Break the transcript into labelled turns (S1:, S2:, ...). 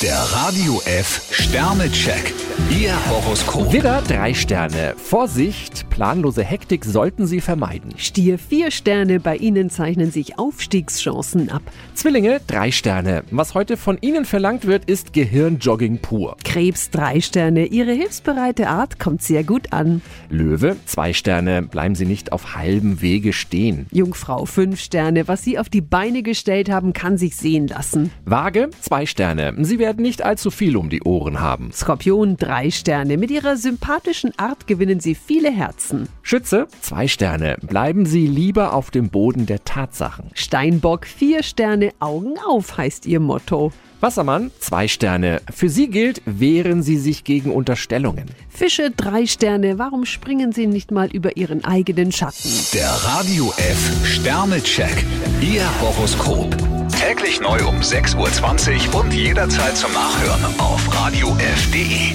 S1: Der Radio F Sternecheck. Ihr Horoskop.
S2: Widder, drei Sterne. Vorsicht, planlose Hektik sollten Sie vermeiden.
S3: Stier vier Sterne, bei Ihnen zeichnen sich Aufstiegschancen ab.
S2: Zwillinge, drei Sterne. Was heute von Ihnen verlangt wird, ist Gehirnjogging pur.
S3: Krebs drei Sterne, Ihre hilfsbereite Art kommt sehr gut an.
S2: Löwe, zwei Sterne. Bleiben Sie nicht auf halbem Wege stehen.
S3: Jungfrau fünf Sterne, was Sie auf die Beine gestellt haben, kann sich sehen lassen.
S2: Waage, zwei Sterne. Sie werden nicht allzu viel um die Ohren haben.
S3: Skorpion drei Sterne, mit Ihrer sympathischen Art gewinnen Sie viele Herzen.
S2: Schütze, zwei Sterne. Bleiben Sie lieber auf dem Boden der Tatsachen.
S3: Steinbock vier Sterne, Augen auf heißt Ihr Motto.
S2: Wassermann, zwei Sterne. Für Sie gilt, wehren Sie sich gegen Unterstellungen.
S3: Fische drei Sterne, warum springen Sie nicht mal über Ihren eigenen Schatten?
S1: Der Radio F Sternecheck. Ihr Horoskop. Täglich neu um 6.20 Uhr und jederzeit zum Nachhören auf Radio E. radiof.de.